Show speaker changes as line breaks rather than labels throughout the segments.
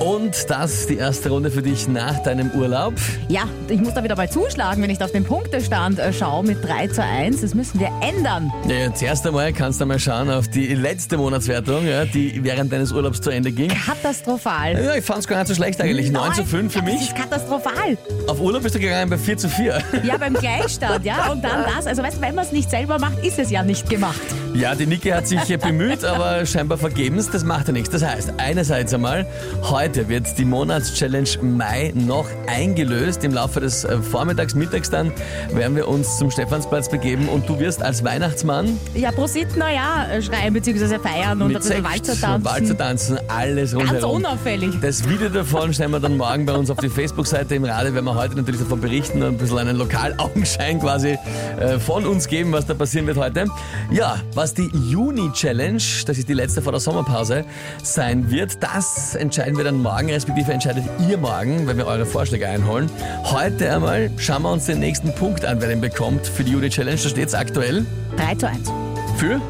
Und das ist die erste Runde für dich nach deinem Urlaub.
Ja, ich muss da wieder mal zuschlagen, wenn ich da auf den Punktestand äh, schaue mit 3 zu 1. Das müssen wir ändern.
Ja, ja, zuerst einmal kannst du mal schauen auf die letzte Monatswertung, ja, die während deines Urlaubs zu Ende ging.
Katastrophal.
Ja, ich fand es gar nicht so schlecht eigentlich. 9 zu 5 für
Ja, Das
mich.
ist katastrophal.
Auf Urlaub bist du gegangen bei 4 zu 4.
Ja, beim Gleichstand, ja. Und dann das. Also, weißt du, wenn man es nicht selber macht, ist es ja nicht gemacht.
Ja, die Niki hat sich hier bemüht, aber scheinbar vergebens. Das macht ja nichts. Das heißt, einerseits einmal, heute wird die Monatschallenge Mai noch eingelöst. Im Laufe des äh, Vormittags, Mittags dann werden wir uns zum Stephansplatz begeben und du wirst als Weihnachtsmann
Ja, Prosit, naja, äh, schreien bzw. feiern und ein
mit
bisschen
Sekt
Walzer
und Walzer
tanzen.
tanzen, alles
Ganz
rundherum.
unauffällig.
Das Video davon stellen wir dann morgen bei uns auf die Facebook-Seite im Radio. Werden wir heute natürlich davon berichten und ein bisschen einen Lokalaugenschein quasi äh, von uns geben, was da passieren wird heute. Ja, was die Juni-Challenge, das ist die letzte vor der Sommerpause, sein wird, das entscheiden wir dann morgen, respektive entscheidet ihr morgen, wenn wir eure Vorschläge einholen. Heute einmal schauen wir uns den nächsten Punkt an, wer den bekommt für die Juni-Challenge. Da steht es aktuell
3 zu 1.
für.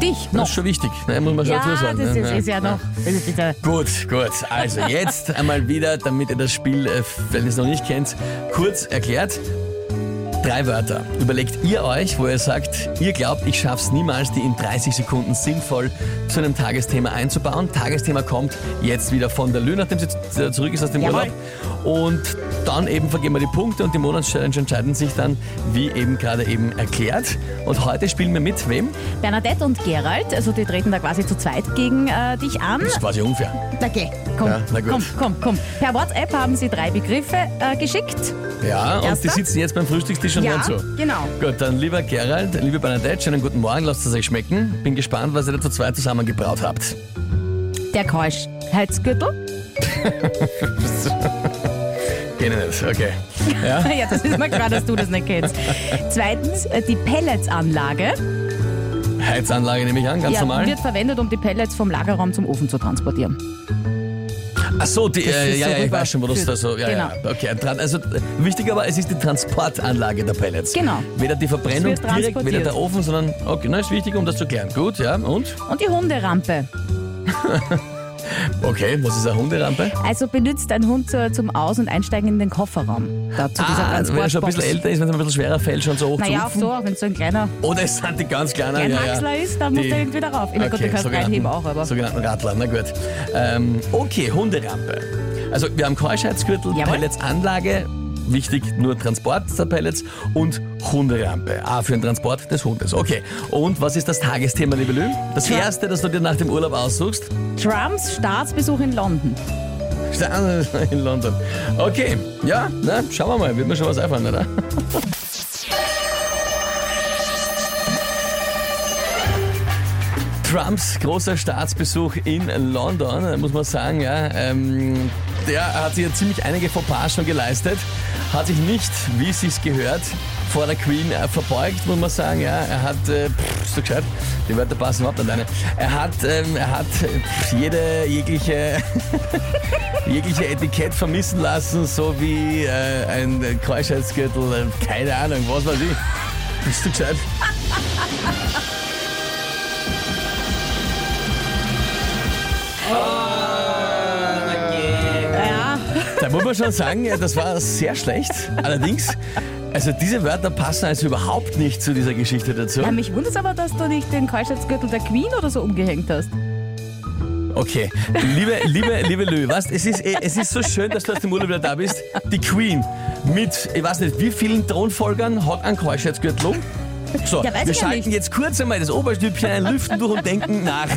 Dich
Das
noch.
ist schon wichtig, ne? muss man schon
Ja,
dazu
das
sagen.
ist,
ne?
ist ja noch. Bitte, bitte.
Gut, gut. Also jetzt einmal wieder, damit ihr das Spiel, äh, wenn ihr es noch nicht kennt, kurz erklärt. Drei Wörter. Überlegt ihr euch, wo ihr sagt, ihr glaubt, ich schaff's niemals, die in 30 Sekunden sinnvoll zu einem Tagesthema einzubauen. Tagesthema kommt jetzt wieder von der Lü, nachdem sie z- äh, zurück ist aus dem
Jawohl.
Urlaub. Und dann eben vergeben wir die Punkte und die Monatschallenge entscheiden sich dann, wie eben gerade eben erklärt. Und heute spielen wir mit
Hm.
wem?
Bernadette und Gerald, also die treten da quasi zu zweit gegen äh, dich an.
Das ist quasi unfair.
Na geh, komm,
Ja, na gut.
komm, komm, komm. Per WhatsApp haben sie drei Begriffe äh, geschickt.
Ja, und die
Erster?
sitzen jetzt beim Frühstückstisch und hören
ja,
zu.
genau.
Gut, dann lieber Gerald, liebe Bernadette, schönen guten Morgen, lasst es euch schmecken. Bin gespannt, was ihr da zu zweit zusammen gebraut habt.
Der Keuschheitsgürtel.
Gehen wir nicht, okay. Ja?
Ja, das ist mir klar, dass du das nicht kennst. Zweitens, äh, die Pelletsanlage.
Heizanlage nehme ich an, ganz
ja,
normal.
wird verwendet, um die Pellets vom Lagerraum zum Ofen zu transportieren.
Ach so, die,
Das
äh,
ist
ja,
so
ja, ich
rüber
weiß schon, wo das
für-
da so, ja, ja.
genau.
Okay, dran, also äh, wichtig aber, es ist die Transportanlage der Pellets.
Genau.
Weder die Verbrennung
Es wird
direkt, weder
transportiert.
der Ofen, sondern, okay, na, ist wichtig, um das zu klären. Gut, ja, und?
Und die Hunderampe.
Okay, was ist eine Hunderampe?
Also benutzt ein Hund äh, zum Aus- und Einsteigen in den Kofferraum. Da zu dieser
ah, wenn er schon ein
Transportbox.
bisschen älter ist, wenn es ein bisschen schwerer fällt, schon so hoch
Naja, auch
zu
so,
hupfen.
wenn es so ein kleiner
Oder es sind die ganz kleinen,
Ein
ja, ja.
Haxler ist, dann muss
Die-
der irgendwie da rauf. Ich mein Gott, du kannst
sogenannten-
reinheben auch, aber.
Sogenannten Radler, na gut. Ähm, okay, Hunderampe. Also wir haben Keuschheitsgürtel,
Jawohl.
Pelletsanlage, wichtig nur Transport der Pellets und Hunderampe. Ah, für den Transport des Hundes. Okay. Und was ist das Tagesthema, liebe Lü? Das
Tja.
erste, das du dir nach dem Urlaub aussuchst?
Trumps Staatsbesuch in London.
In London. Okay, ja, na, schauen wir mal. Wird mir schon was einfallen, oder? Trumps großer Staatsbesuch in London, äh, muss man sagen, ja, ähm, der hat sich ja ziemlich einige Fauxpas schon geleistet, hat sich nicht, wie es sich gehört, vor der Queen äh, verbeugt, muss man sagen, ja, er hat, äh, pff, ist doch gescheit, die Wörter passen überhaupt nicht rein. Er hat, ähm, er hat äh, pff, jede, jegliche, jegliche Etikett vermissen lassen, so wie äh, ein äh, Keuschheitsgürtel, äh, keine Ahnung, was weiß ich. Bist du gescheit?
Ja,
Da muss man schon sagen, ja, das war sehr schlecht. Allerdings, also diese Wörter passen also überhaupt nicht zu dieser Geschichte dazu.
ja mich wundert es aber, dass du nicht den Keuschheitsgürtel der Queen oder so umgehängt hast.
Okay, liebe, liebe, liebe Lö, weißt, es ist, es ist so schön, dass du aus dem Urlaub wieder da bist. Die Queen mit, ich weiß nicht, wie vielen Thronfolgern hat ein Keuschheitsgürtel um? So,
Ja, weiß
wir
ich ja
schalten
nicht.
jetzt kurz einmal das Oberstübchen ein, lüften durch und denken nach,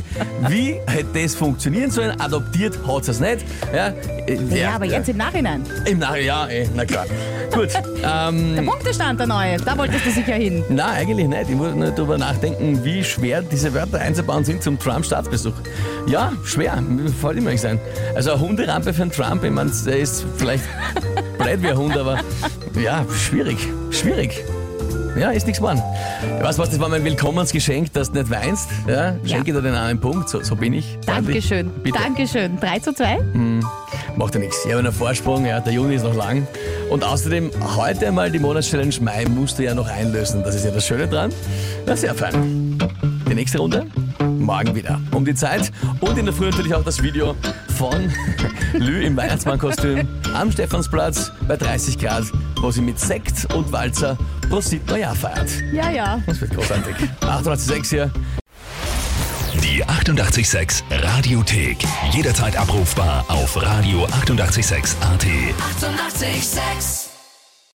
wie hätte das funktionieren sollen? Adoptiert hat es nicht. Ja, äh,
Ja,
der-
aber jetzt im Nachhinein.
Im Nachhinein, ja, eh, na klar. Gut, ähm,
Der Punktestand der neue, da wolltest du sicher hin.
Na, eigentlich nicht. Ich muss nur darüber nachdenken, wie schwer diese Wörter einzubauen sind zum Trump-Staatsbesuch. Ja, schwer. Voll immer sein. Also eine Hunderampe für einen Trump, ich meine, der ist vielleicht blöd wie ein Hund, aber ja, schwierig. Schwierig. Ja, ist nichts geworden. Weißt du was, das war mein Willkommensgeschenk, dass du nicht weinst. Ja? Schenke dir den einen Punkt, so, so bin ich.
Dankeschön.
Freundlich. Bitte.
Dankeschön. 3 zu 2?
Macht ja nichts. Ich habe einen Vorsprung, ja, der Juni ist noch lang. Und außerdem, heute einmal die Monatschallenge Mai musst du ja noch einlösen. Das ist ja das Schöne dran. Na, sehr fein. Die nächste Runde morgen wieder. Um die Zeit und in der Früh natürlich auch das Video von Lü im Weihnachtsmannkostüm am Stephansplatz bei 30 Grad, wo sie mit Sekt und Walzer Prosit Neujahr feiert.
Ja, ja.
Das wird großartig. 886 hier.
Die 886 Radiothek. Jederzeit abrufbar auf radio886.at. 886! 886.
886